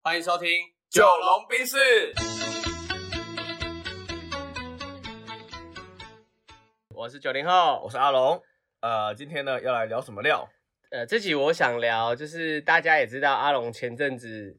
欢迎收听《九龙冰室。我是九零后，哦我是阿龙。呃，今天呢要来聊什么料？呃，这集我想聊，就是大家也知道阿龙前阵子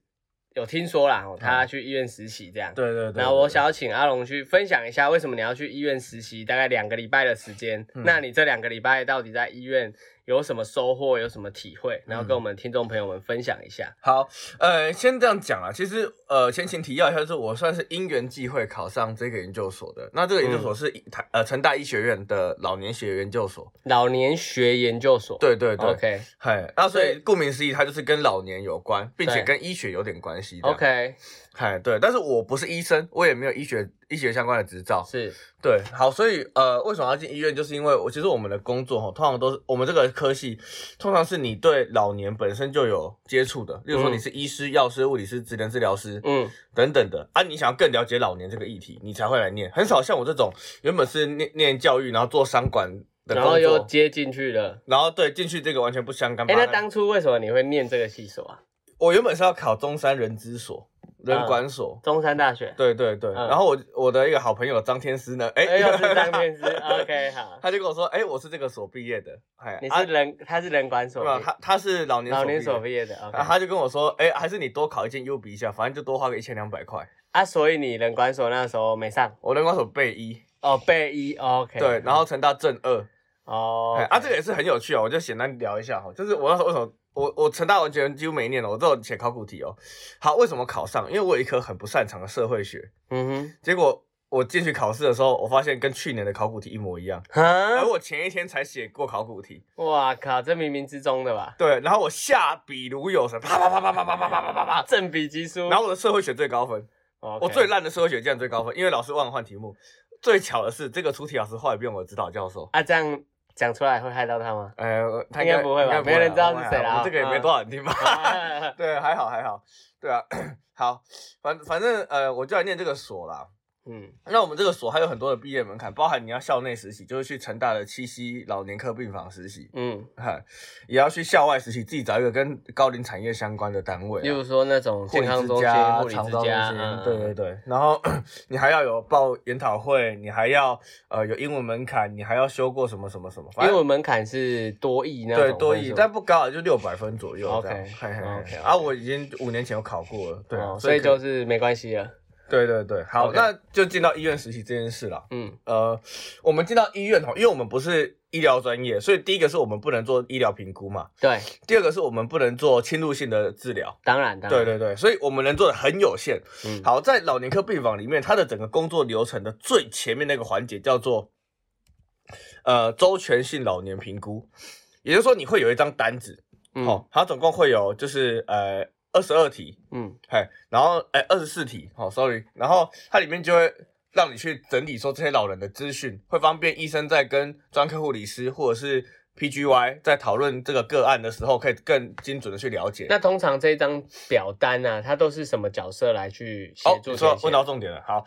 有听说啦，哦他去医院实习这样。嗯对对那我想要请阿龙去分享一下，为什么你要去医院实习？大概两个礼拜的时间，嗯那你这两个礼拜到底在医院有什么收获，有什么体嗯会？然后跟我们听众朋友们分享一下。好，呃，先这样讲啊。其实，呃，先前提要一下，就是我算是因缘际会考上这个研究所的。那这个研究所是一台、呃成大医学院的老年学研究所。老年学研究所，对对对。 ，OK 嗨，那所所以以顾名思义，它就是跟老年有关，并且对跟医学有点关系。 OK，嗨，对，但是我不是医生，我也没有医学医学相关的执照。是对，好，所以呃，为什么要进医院？就是因为我其实我们的工作哈，通常都是我们这个科系，通常是你对老年本身就有接触的，例如说嗯你是医师、药师、物理师、职能治疗师、嗯等等的啊，你想要更了解老年这个议题，你才会来念。很少像我这种原本是念念教育，然后做商管的然工后又作，接进去了。然后对进去这个完全不相干。哎、把那当初为什么你会念这个系所啊？我原本是要考中山人资所、人管所。中山大学。对对对，嗯然后我我的一个好朋友张天师呢，哎、哎，又是张 天师。OK，好，他就跟我说，哎、我是这个所毕业的，哎，你啊是人，他是人管所没有，毕，他他是老年老年所所毕业。毕业的。啊， OK，他就跟我说，哎、还是你多考一件 U 比一下，反正就多花个一千两百块。啊，所以你人管所那时候没上我人管所备一，哦，备一。OK，对，然后成大正二，哦哎，啊，这个也是很有趣哦，我就简单聊一下哈，就是我那时候为什么我我成大完全几乎没念了，我都有写考古题哦。好，为什么考上？因为我有一科很不擅长的社会学，嗯结果我进去考试的时候，我发现跟去年的考古题一模一样，哼，而哈，我前一天才写过考古题，哇靠，这冥冥之中的吧？对，然后我下笔如有神，啪啪啪啪啪啪啪啪啪啪啪，正比级书，啊然后我的社会学最高分。 OK 我最烂的社会学竟然最高分，因为老师忘了换题目。最巧的是，这个出题老师后来变我的指导教授。？啊，这样讲出来会害到他吗 呃，他应该不会吧应没人知道不会啊是谁啦嗯我们这个也没多少人听 吧。啊对，还好还好。对啊， 好，反反正呃，我就来念这个所啦。嗯，那我们这个所还有很多的毕业门槛，包含你要校内实习，就是去成大的七夕老年科病房实习，嗯，哈，也要去校外实习，自己找一个跟高龄产业相关的单位啊、例如说那种健康中心、护护理理之之家，家、嗯对对对。然后 你还要有报研讨会，你还要呃有英文门槛，你还要修过什么什么什么，反因为正我门槛是多亿那种哦对多分亿数，但不高啊，就六百分左右 OK，这样。嘿嘿嘿 OK，OK 啊，我已经五年前有考过了，对啊哦，所以可就是没关系了。对对对，好， OK 那就进到医院实习这件事了。嗯，呃，我们进到医院哦，因为我们不是医疗专业，所以第一个是我们不能做医疗评估嘛，对，第二个是我们不能做侵入性的治疗。当然，当对然，对对，所以我们能做的很有限。嗯好，在老年科病房里面，它的整个工作流程的最前面那个环节叫做呃周全性老年评估，也就是说你会有一张单子，嗯哦，它总共会有就是呃二十二题，嗯嘿，然后哎二十四题，哦，sorry，然后它里面就会。让你去整理说这些老人的资讯，会方便医生在跟专科护理师或者是 PGY 在讨论这个个案的时候，可以更精准的去了解。那通常这张表单啊，它都是什么角色来去协哦，助你填说写？问到重点了。好，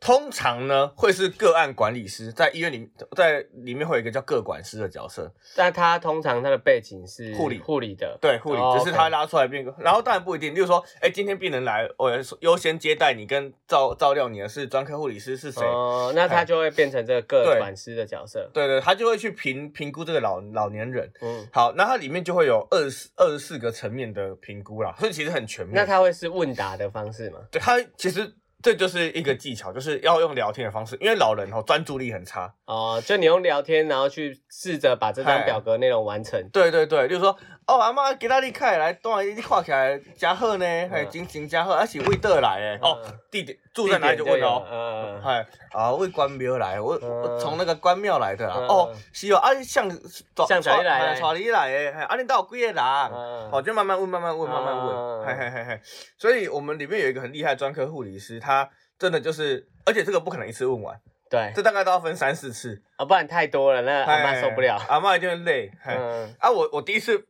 通常呢会是个案管理师，在医院里在里面会有一个叫个管师的角色，那他通常他的背景是护理护理的，对护理，哦只是 OK 他拉出来变个。然后当然不一定，例如说，哎，今天病人来，我优先接待你跟照照料你的是专科护理师是谁？哎哦，那他就会变成这个个对管师的角色。对对，他就会去评评估这个老老年人。嗯，好，那它里面就会有二十二十四个层面的评估啦，所以其实很全面。那他会是问答的方式吗？对它其实这就是一个技巧，就是要用聊天的方式，因为老人哦专注力很差，哦，就你用聊天，然后去试着把这张嗨表格内容完成。对对对，就是说，哦，阿妈今仔日起来，当然你看起来真好呢，嘿，精神真好，而是为倒来的，哦嗯，地点住在哪里就问地哦，点就有。嗯，嗨，啊，为关庙来，我嗯我从那个关庙来的啦嗯，哦，是哦，啊，像像哪里来的从里来的，嘿，啊，你到有几个人？嗯哦，，就慢慢问，慢慢问，慢慢嗯问，嘿嘿嘿嘿，所以我们里面有一个很厉害的专科护理师，他真的就是，而且这个不可能一次问完，对，这大概都要分三四次，啊，不然太多了，那阿妈嘿受不了。阿妈一定会累，嘿。嗯，啊，我我第一次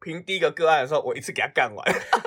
评第一个个案的时候，我一次给他干完。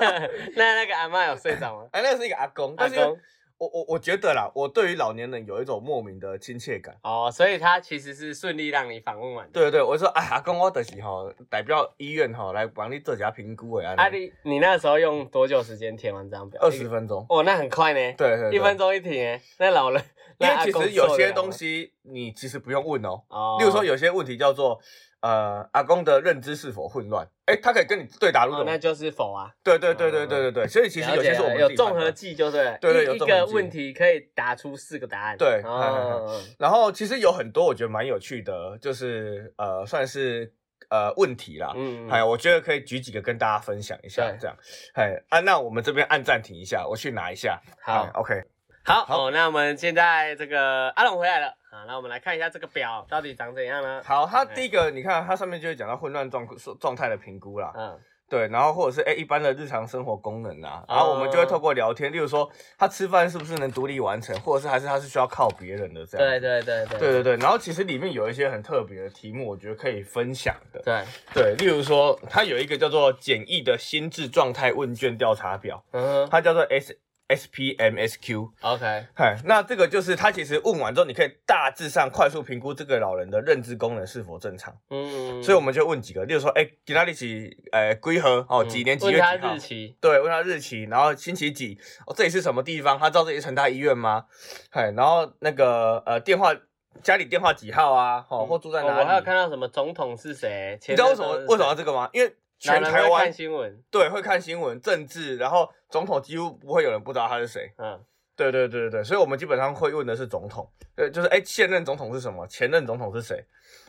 那那个阿妈有睡着吗？哎，那个是一个阿公，阿哎 但是因为公，我我我觉得啦，我对于老年人有一种莫名的亲切感。哦，所以他其实是顺利让你访问完的。对对对，我就说哎，阿公我就是吼，代表医院吼来帮你做一下评估的啊安尼，你你那时候用多久时间填完这张表？二十。分钟。哦，那很快呢，对对，对一分。钟一题呢。那老人，因那阿为其公实有受得些了东吗，西你其实不用问哦。哦，例如说有些问题叫做呃阿公的认知是否混乱，哎，他可以跟你对答如哦，流。那就是否啊。对对对对对对对，所以其实有些是我了们解了有自己判综断合技，就对了。对对一有一综合个技问题可以答出四个答案。对哦，嗯然后其实有很多我觉得蛮有趣的，就是呃算是呃问题啦。嗯，嗯哎，我觉得可以举几个跟大家分享一下，对这样。哎，啊，那我们这边按暂停一下，我去拿一下。好哎，OK。好好哦，那我们现在这个阿龙回来了，好，那我们来看一下这个表到底长怎样呢？哎好，它第一，一个你看，它上面就会讲到混乱状状态的评估啦，嗯，对，然后或者是哎、一般的日常生活功能啦，哦然后我们就会透过聊天，例如说他吃饭是不是能独立完成，或者是还是他是需要靠别人的这样。对对对对啊对对对，然后其实里面有一些很特别的题目，我觉得可以分享的。对，对，例如说它有一个叫做简易的心智状态问卷调查表，嗯哼它叫做 S S P M S Q。 ，OK，嗨，那这个就是它其实问完之后，你可以大致上快速评估这个老人的认知功能是否正常。嗯，所以我们就问几个，例如说，哎、今天日期，哎、归何？哦，嗯几年几问月几他号日？期，对，问他日期，然后星期几？哦，这里是什么地方？他知道这里是成大医院吗？哎，然后那个呃，电话家里电话几号啊？哦，或住在哦我还哪有里？看到什么总统是谁？你前知道为什任么总为什么统要是这个吗？因为谁全老人台会湾看新闻？嗯对会看新闻、政治，然后总统几乎不会有人不知道他是谁。嗯，对对对对对，所以我们基本上会问的是总统，对，就是哎、现任总统是什么，前任总统是谁，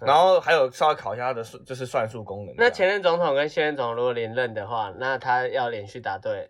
嗯然后还有稍微考一下他的数就是算术功能这样。那前任总统跟现任总统如果连任的话，那他要连续答对，。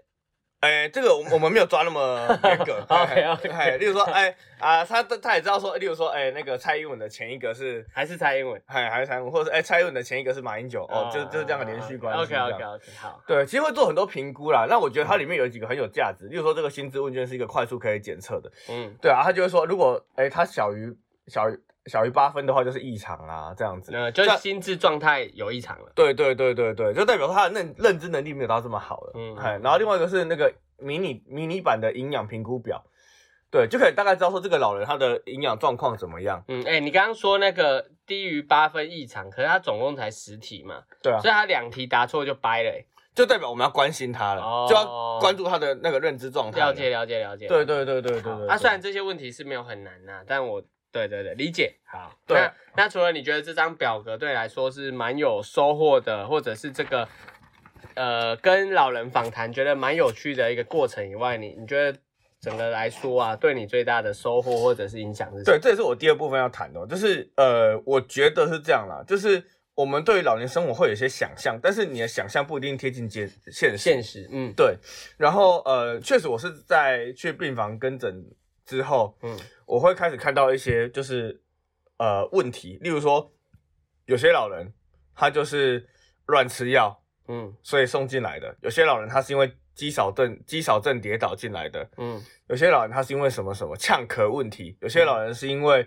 哎、这个我们我们没有抓那么严格 OK，OK 哎哎例如说，哎、啊、他他也知道说，例如说，哎、那个蔡英文的前一个是，还是蔡英文？哎，还是蔡英文，或者是哎、蔡英文的前一个是马英九，哦，就就是这样的连续关系。 OK OK OK，好，啊对，其实会做很多评估啦。那我觉嗯得它里面有几个很有价值，例如说这个薪资问卷是一个快速可以检测的，嗯对啊，他就会说，如果哎、它小于小于小于八分的话，就是异常啊这样子。那就这是样心智状态有异常了。嗯对对对对对，就代表说他的认认知能力没有到这么好了。嗯，嗯哎，然后另外一个是那个迷你迷你版的营养评估表，对，就可以大概知道说这个老人他的营养状况怎么样。嗯，哎、你刚刚说那个低于八分异常，可是他总共才十题嘛，对啊所，以他两题答错就掰了、欸。就代表我们要关心他了，哦就要关注他的那个认知状态。了解。了解了解。对对对对对对对。啊，虽然这些问题是没有很难呐、但我对对对理解。好，对那那除了你觉得这张表格对你来说是蛮有收获的，或者是这个呃跟老人访谈觉得蛮有趣的一个过程以外，你你觉得整个来说啊，对你最大的收获或者是影响是什对，么？这也是我第二部分要谈的哦，就是呃，我觉得是这样啦，就是我们对于老年生活会有一些想象，但是你的想象不一定贴近现现实。现实，嗯对，然后呃，确实我是在去病房跟诊之后，嗯我会开始看到一些就是呃问题，例如说有些老人他就是乱吃药，嗯所以送进来的；有些老人他是因为肌少症肌少症跌倒进来的；嗯有些老人他是因为什么什么呛咳问题；有些老人是因为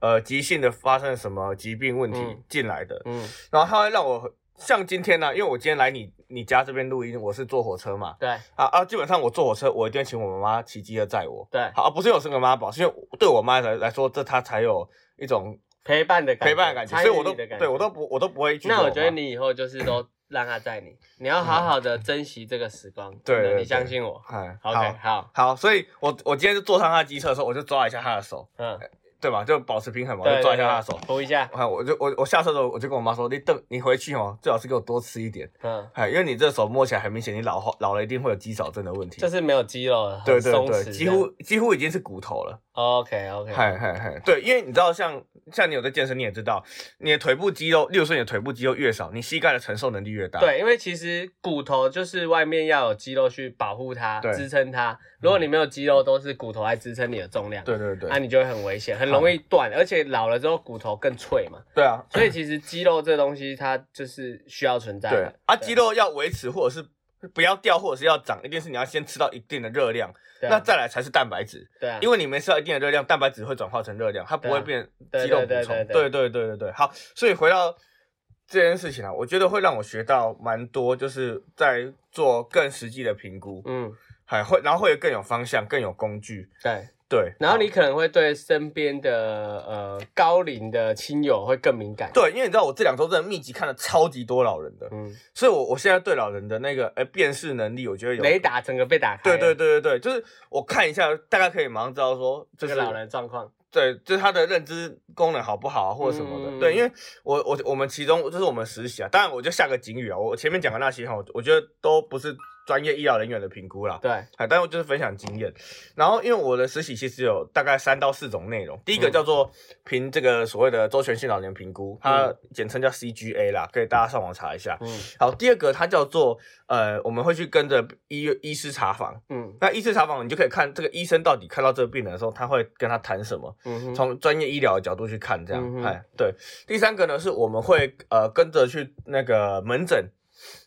呃急性的发生什么疾病问题嗯进来的。嗯，然后他会让我像今天呢、因为我今天来你你家这边录音，我是坐火车嘛，对啊啊，基本上我坐火车，我一定会请我妈妈骑机车载我。对，好，啊不是有生个妈宝，是因为对我妈来来说，这她才有一种陪伴的感陪伴的感觉，参与所以我都的感对我觉都不我都不会去。那我觉得你以后就是都让他载你，你要好好的珍惜这个时光。 对真的对你对相信我。哎，好 OK，好，好，所以我我今天就坐上她的机车的时候，我就抓一下她的手，嗯，对吧？就保持平衡嘛，我对就抓一下她的手。扶一下，哎，我就我我下车的时候，我就跟我妈说，你等你回去哦，最好是给我多吃一点，嗯，哎，因为你这手摸起来很明显，你老后老了一定会有肌少症的问题就。是没有肌肉了，很对对松对，弛几这样哦乎几乎已经是骨头了。 OK OK，嗨嗨嗨，对，因为你知道像，像你有在健身，你也知道，你的腿部肌肉，例如说你的腿部肌肉越少，你膝盖的承受能力越大。对，因为其实骨头就是外面要有肌肉去保护它、对支撑它。如果你没有肌肉，都是骨头来支撑你的重量，对对对，那你就会很危险，很容易断，而且老了之后骨头更脆嘛。对啊，所以其实肌肉这东西它就是需要存在对的。啊，肌肉要维持或者是不要掉或者是要长，一定是你要先吃到一定的热量，对啊那再来才是蛋白质，对啊，因为你没吃到一定的热量，蛋白质会转化成热量，它不对啊会变对肌肉对补对充。对对对对对对对，好，所以回到。这件事情啊，我觉得会让我学到蛮多，就是在做更实际的评估。嗯，还会，然后会更有方向，更有工具。对，对，然后好你可能会对身边的呃高龄的亲友会更敏感。对，因为你知道我这两周真的密集看了超级多老人的，嗯，所以我我现在对老人的那个哎、辨识能力，我觉得有雷。达整个被打开对了，对对对对，就是我看一下，大概可以马上知道说，就这是个老人状况。对，就是他的认知功能好不好啊，或者什么的。嗯对，因为我我我们其中就是我们实习啊，当然我就下个警语啊，我前面讲的那些哈，我觉得都不是专业医疗人员的评估啦。对，哎，但我就是分享经验。然后，因为我的实习其实有大概三到四种内容，第一个嗯叫做凭这个所谓的周全性老年评估，它简称叫 CGA 啦，可以大家上网查一下。嗯好，第二个它叫做呃，我们会去跟着医医师查房。嗯那医师查房，你就可以看这个医生到底看到这个病人的时候，他会跟他谈什么，嗯哼，从专业医疗的角度去看这嗯样。哼哎、对。第三个呢，是我们会呃跟着去那个门诊，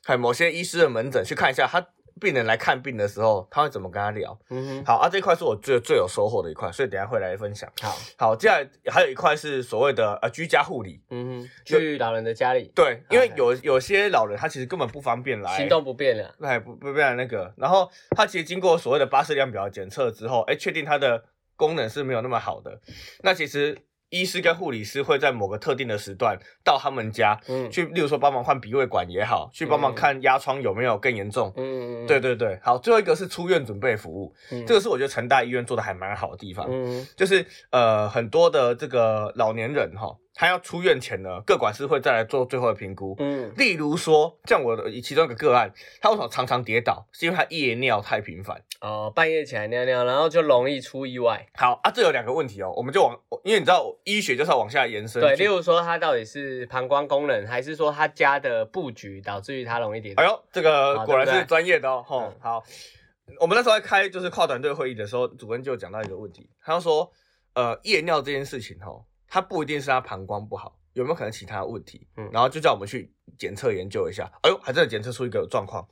还有某些医师的门诊去看一下他病人来看病的时候，他会怎么跟他聊。嗯哼，好啊，这一块是我最最有收获的一块，所以等一下会来分享。好，好，接下来还有一块是所谓的呃居家护理，嗯哼，去老人的家里，对，因为 OK 有有些老人他其实根本不方便来啊行动不便了。哎，不不不然那个，然后他其实经过所谓的巴氏量表检测之后，哎，确定他的功能是没有那么好的。那其实医师跟护理师会在某个特定的时段到他们家嗯去，例如说帮忙换鼻胃管也好，去帮忙嗯看压疮有没有更严重。嗯，嗯对，对对，好，最后一个是出院准备服务，嗯这个是我觉得成大医院做的还蛮好的地方，嗯就是呃很多的这个老年人哈，他要出院前呢，各管师会再来做最后的评估。嗯例如说，像我的其中一个个案，他为什么常常跌倒？是因为他夜尿太频繁。哦，半夜起来尿尿，然后就容易出意外。好啊，这有两个问题哦，我们就往，因为你知道医学就是要往下延伸去。对，例如说他到底是膀胱功能，还是说他家的布局导致于他容易跌倒哎？呦，这个好果然对不是对专业的哦。吼、嗯好，我们那时候在开就是跨团队会议的时候，主任就有讲到一个问题，他就说，呃，夜尿这件事情哦，它不一定是他膀胱不好，有没有可能其他问题？嗯然后就叫我们去检测研究一下。哎呦，还真的检测出一个状况，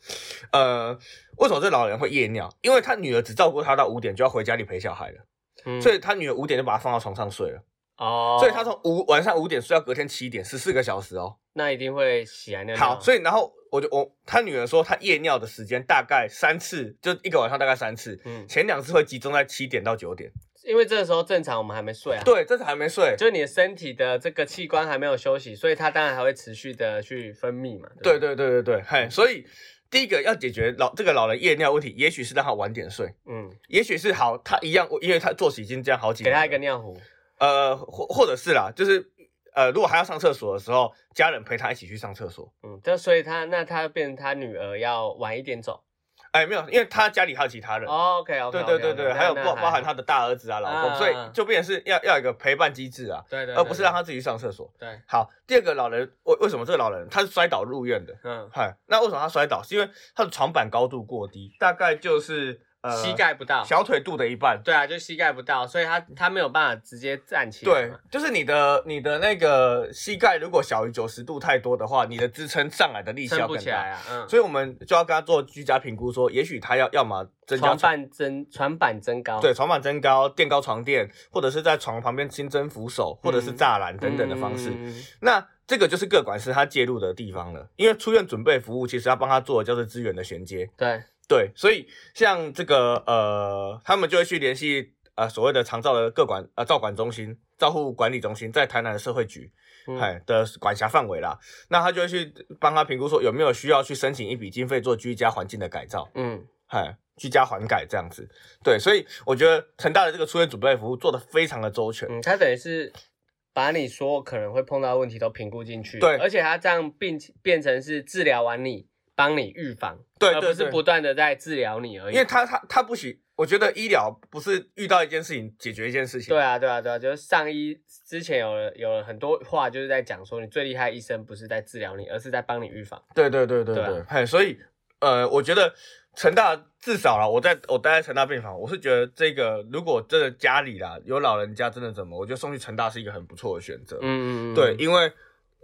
呃，为什么这老人会夜尿？因为他女儿只照顾他到五点就要回家里陪小孩了，嗯所以他女儿五点就把他放到床上睡了，哦，所以他从五晚上五点睡到隔天七点，十四个小时哦。那一定会起来尿尿。啊好，所以然后我就我他女儿说，她夜尿的时间大概三次，就一个晚上大概三次，嗯，前两次会集中在七点到九点。因为这个时候正常我们还没睡啊，，对，这次还没睡。就是你的身体的这个器官还没有休息，所以它当然还会持续的去分泌嘛。对不，对对对对，嘿，嗯所以第一个要解决老这个老人夜尿问题，也许是让他晚点睡，嗯，也许是好他一样，因为他作息已经这样好几给年了，他一个尿壶，呃，或或者是啦，就是呃，如果还要上厕所的时候，家人陪他一起去上厕所。嗯，但所以他那他变成他女儿要晚一点走。哦哎，没有，因为他家里还有其他人。 OK OK，对对对对，还有包包含他的大儿子啊、老公，啊所以就变成是要要有一个陪伴机制啊。对对，而不是让他他自己去上厕所。对，好，第二个老人为为什么这个老人他是摔倒入院的？嗯，嗨，那为什么他摔倒？是因为他的床板高度过低，大概就是呃膝、盖啊不到，小腿肚的一半。对啊，就膝盖不到，所以他他没有办法直接站起来对嘛。，就是你的你的那个膝盖如果小于九十度太多的话，你的支撑上来的力气撑要不更起来大。啊，嗯，所以我们就要跟他做居家评估说也许他要要么增加床板增床板增高，对，床板增高、垫高床垫，或者是在床旁边新增扶手，或者是嗯栅栏嗯，等等的方式。嗯那这个就是各管师他介入的地方了，因为出院准备服务其实要帮他做的就是资源的衔接，对，对，所以像这个呃，他们就会去联系呃所谓的长照的各管呃照管中心、照护管理中心，在台南的社会局嗯哎、的管辖范围啦，那他就会去帮他评估说有没有需要去申请一笔经费做居家环境的改造，嗯，哎，居家环改这样子，对，所以我觉得成大的这个出院准备服务做的非常的周全，嗯，他等于是把你所有可能会碰到的问题都评估进去，对而且他这样变变成是治疗完你，帮你预防，对而对呃不是对不断的在治疗你而已。因为他他他不许，我觉得医疗不是遇到一件事情解决一件事情，对啊，对啊，对啊，就是上医之前有了有了很多话，就是在讲说，你最厉害的医生不是在治疗你，而是在帮你预防。对对对对对啊对，嘿，所以呃，我觉得成大至少啦，我在我待在成大病房，我是觉得这个如果真的家里啦有老人家真的怎么，我觉得送去成大是一个很不错的选择。嗯对，，因为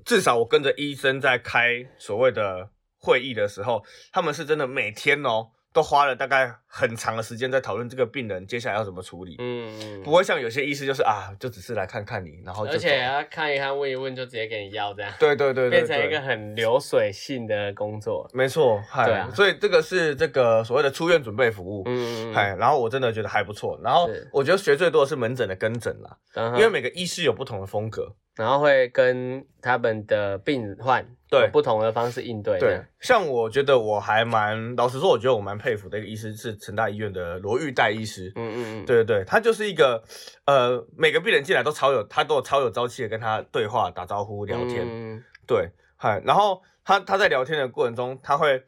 至少我跟着医生在开所谓的会议的时候，他们是真的每天哦。都花了大概很长的时间在讨论这个病人接下来要怎么处理，嗯，不会像有些医师就是啊，就只是来看看你，然后就而且走要看一看问一问就直接给你要这样，对对对对 变对，成一个很流水性的工作。没错，嗨对啊所以这个是这个所谓的出院准备服务。嗯，嗨，然后我真的觉得还不错。然后是我觉得学最多的是门诊的跟诊啦，然因为后每个医师有不同的风格。嗯然后会跟他们的病患对有不同的方式应对。对，，像我觉得我还蛮，老实说，我觉得我蛮佩服的一个医师是成大医院的罗玉代医师。嗯嗯嗯，对对对，他就是一个，呃，每个病人进来都超有，他都有超有朝气的跟他对话、打招呼、聊天。嗯对，嗨，然后他他在聊天的过程中，他会，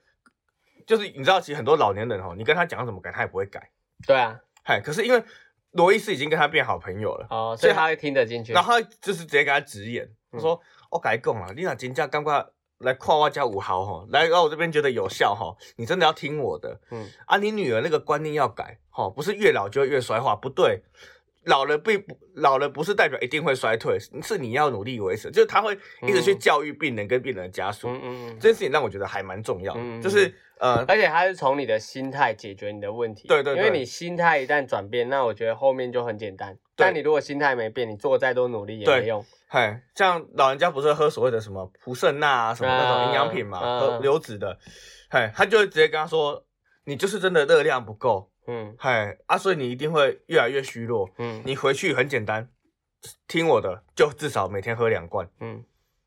就是你知道，其实很多老年人哦，你跟他讲什么改，他也不会改。对啊，嗨，可是因为罗伊斯已经跟他变好朋友了，哦，所所以以他他会听得进去。然后他就是直接给他直言，他说：“嗯我改讲了，你若真正感觉来看我家五豪吼，来到我这边觉得有效吼，你真的要听我的嗯啊，你女儿那个观念要改吼，不是越老就会越衰化，不对。”老了并不老了不是代表一定会衰退，是你要努力维持。就是他会一直去嗯教育病人跟病人的家属，嗯嗯嗯，这件事情让我觉得还蛮重要的。嗯嗯就是呃，而且他是从你的心态解决你的问题。对对对因为你心态一旦转变，那我觉得后面就很简单。对但你如果心态没变，你做再多努力也对没用。嗨，像老人家不是喝所谓的什么蒲胜钠啊，什么那种营养品嘛，嗯喝流质的，嗨，他就会直接跟他说，你就是真的热量不够，嗯嗨啊，所以你一定会越来越虚弱。嗯你回去很简单，听我的，就至少每天喝两罐，嗯，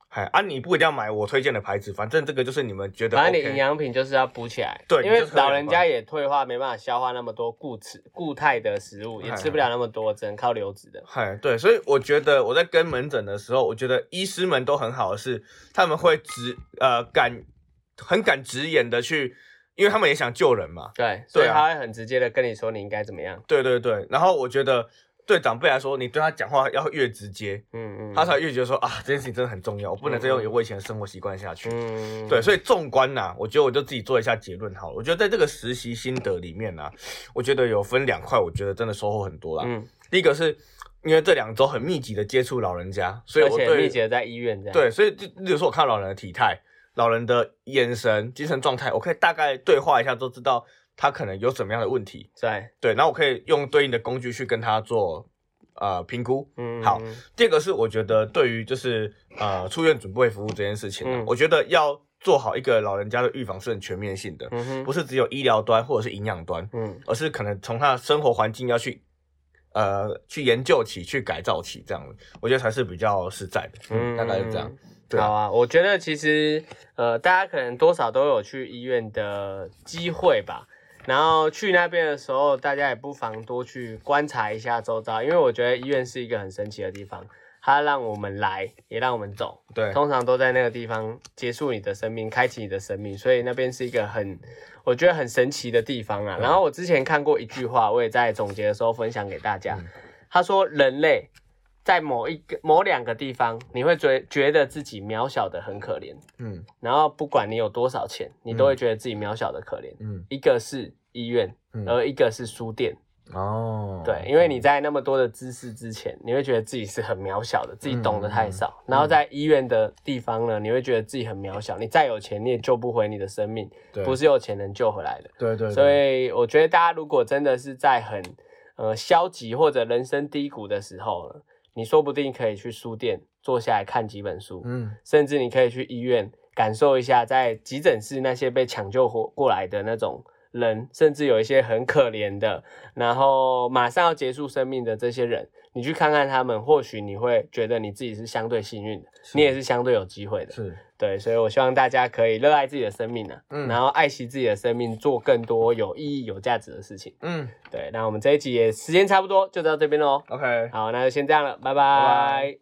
嗨啊，你不一定要买我推荐的牌子，反正这个就是你们觉得反正你 OK，营养品就是要补起来。对因你为就是喝老两人家也退化，没办法消化那么多固齿固态的食物，也嗨吃不了那么多，只能靠流质的。嗨，对，所以我觉得我在跟门诊的时候，我觉得医师们都很好的是，他们会直呃敢很敢直言的去，因为他们也想救人嘛，对，所以啊他会很直接的跟你说你应该怎么样。对对对，然后我觉得对长辈来说，你对他讲话要越直接，嗯嗯，他才越觉得说啊，这件事情真的很重要，我不能再用我以前的生活习惯下去。嗯对，所以纵观呐、我觉得我就自己做一下结论好了。我觉得在这个实习心得里面呢、我觉得有分两块，我觉得真的收获很多啦。嗯，第一个是因为这两周很密集的接触老人家，所以而我且对密集的在医院这样。对，所以就例如说，我看到老人的体态、老人的眼神、精神状态，我可以大概对话一下，都知道他可能有什么样的问题。对，对，然后我可以用对应的工具去跟他做呃评估。嗯，好第二个是我觉得对于就是呃出院准备服务这件事情、啊，嗯我觉得要做好一个老人家的预防是很全面性的，嗯哼，不是只有医疗端或者是营养端，嗯而是可能从他的生活环境要去。呃，去研究起，去改造起，这样子，我觉得才是比较实在的。嗯，大概是这样。。对啊好啊，我觉得其实呃，大家可能多少都有去医院的机会吧。然后去那边的时候，大家也不妨多去观察一下周遭，因为我觉得医院是一个很神奇的地方，它让我们来，也让我们走，对，通常都在那个地方结束你的生命，开启你的生命，所以那边是一个很，我觉得很神奇的地嗯方啊。然后我之前看过一句话，我也在总结的时候分享给大家嗯，他说人类在某一个、某两个地方，你会觉觉得自己渺小的很可怜，嗯然后不管你有多少钱，你都会觉得自己渺小的可怜。嗯一个是医院，嗯，而一个是书店。哦，对，因为你在那么多的知识之前，你会觉得自己是很渺小的，自己懂得太嗯少。然后在医院的地方呢，你会觉得自己很渺小，你再有钱你也救不回你的生命，对不是有钱能救回来的。对对，对所以我觉得大家如果真的是在很呃消极或者人生低谷的时候呢，你说不定可以去书店坐下来看几本书，嗯甚至你可以去医院感受一下，在急诊室那些被抢救活过来的那种人，甚至有一些很可怜的，然后马上要结束生命的这些人，你去看看他们，或许你会觉得你自己是相对幸运的，是你也是相对有机会的。是对，所以我希望大家可以热爱自己的生命啊，嗯然后爱惜自己的生命，做更多有意义、有价值的事情。嗯对，那我们这一集也时间差不多，就到这边喽。 ，OK，好，那就先这样了，拜拜拜